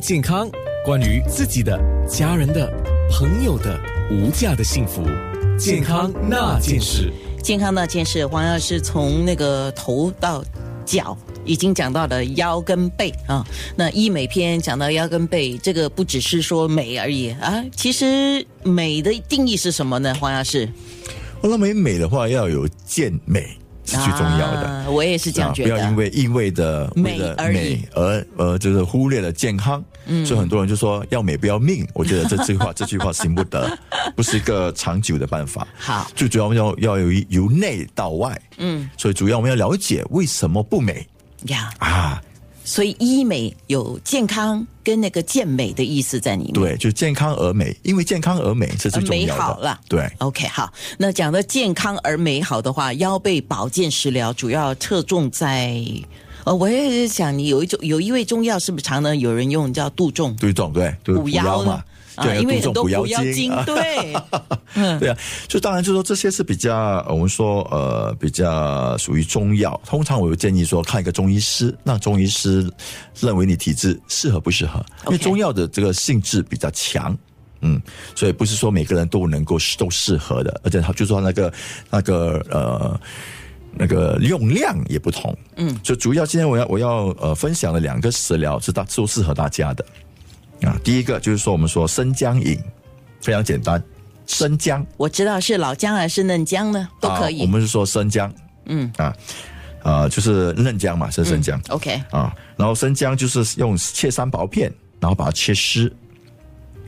健康，关于自己的、家人的、朋友的无价的幸福，健康那件事。健康那件事，黄药师从那个头到脚。已经讲到了腰跟背啊，那医美篇讲到腰跟背，这个不只是说美而已啊，其实美的定义是什么呢？黄药师，我认为美的话要有健美是最重要的。啊我也是这样觉不得。要因为因为的美为了而已美而而就是忽略了健康，嗯所以很多人就说要美不要命。我觉得这 句话这句话行不得，不是一个长久的办法。好最主要要要由由内到外，嗯所以主要我们要了解为什么不美呀啊？所以医美有健康跟那个健美的意思在里面。对，就健康而美，因为健康而美是最重要的。嗯美好啦对。 OK，好，那讲到健康而美好的话，腰背保健食疗主要侧重在，呃，我也是想你有一种有一味中药是不是常常有人用叫杜仲对重对，就是补腰呃嘛呢，？啊就因为很多补补腰精精， 啊，对，对啊，就当然就说这些是比较呃我们说呃比较属于中药，通常我会建议说看一个中医师，让中医师认为你体质适合不适合，因为 OK 中药的这个性质比较强。嗯，所以不是说每个人都能够都适合的，而且它就说那个那个呃那个用量也不同。嗯，所以主要今天我要我要呃分享的两个食疗是大都适合大家的啊。第一个就是说我们说生姜饮，非常简单，生姜我知道是老姜还啊是嫩姜呢，都可以。啊我们是说生姜，嗯啊啊，就是嫩姜嘛，是生姜、 OK，啊。然后生姜就是用切三薄片，然后把它切丝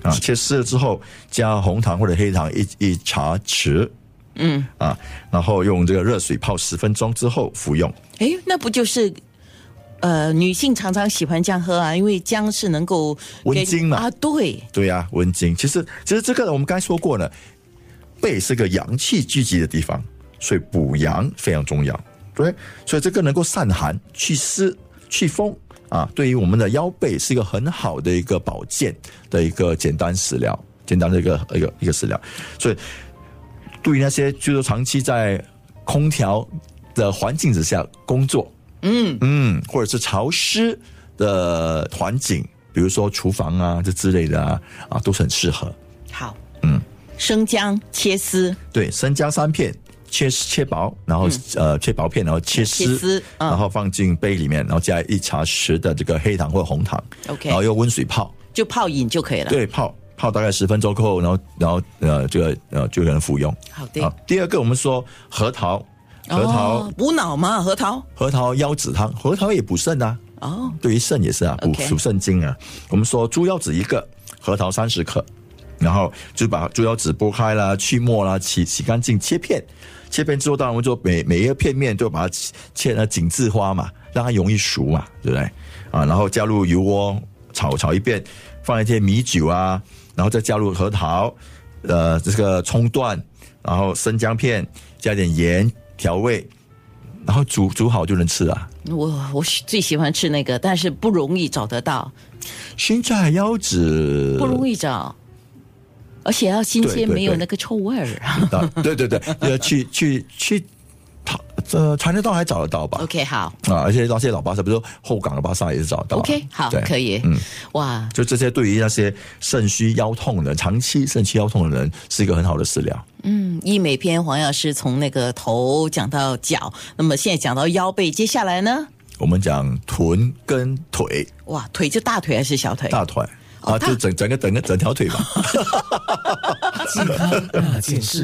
啊，切丝了之后加红糖或者黑糖一一茶匙，嗯，啊，然后用这个热水泡十分钟之后服用。诶，那不就是？呃，女性常常喜欢姜喝啊，因为姜是能够温给经嘛啊，对，对呀、温经。其实其实这个我们刚才说过了，背是个阳气聚集的地方，所以补阳非常重要。对，所以这个能够散寒、祛湿、祛风啊，对于我们的腰背是一个很好的一个保健的一个简单食疗，简单的一个一个一个食疗。所以对于那些就是长期在空调的环境之下工作，嗯嗯，或者是潮湿的环境，比如说厨房啊这之类的啊，啊都是很适合。好，嗯，生姜切丝，对，生姜三片切切薄，然后、呃切薄片，然后切丝，嗯切丝嗯然后放进杯里面，然后加一茶匙的这个黑糖或红糖 OK 嗯然后用温水泡，就泡饮就可以了。对，泡泡大概十分钟过后，然后然后呃这个呃就有人服用。好的好，第二个我们说核桃，核桃、哦补脑嘛，核桃核桃腰子汤，核桃也补肾啊。哦，对于肾也是啊，补 OK 补肾精啊。我们说猪腰子一个，核桃三十克，然后就把猪腰子剥开啦、去沫啦、洗洗干净、切片。切片之后，当然我们就每每一个片面都把它切切成紧致花嘛，让它容易熟嘛，对不对？啊，然后加入油锅炒炒一遍，放一些米酒啊，然后再加入核桃，呃，这个葱段，然后生姜片，加点盐调味，然后煮煮好就能吃啊了。我我喜最喜欢吃那个，但是不容易找得到，现在腰子不容易找，而且要新对鲜，对没有对那个臭味儿。 啊，对对对，要去去去，他呃，传得到还找得到吧 OK，好啊，而且那些老巴萨，比如说后港的巴萨也是找得到啊、 ，OK，好，对可以。嗯，哇，就这些对于那些肾虚腰痛的人，长期肾虚腰痛的人，是一个很好的食疗。嗯，医美篇黄药师从那个头讲到脚，那么现在讲到腰背，接下来呢？我们讲臀跟腿，哇，腿就大腿还是小腿？大腿。哦啊，大就整整个整个整条腿吧。健康那件事。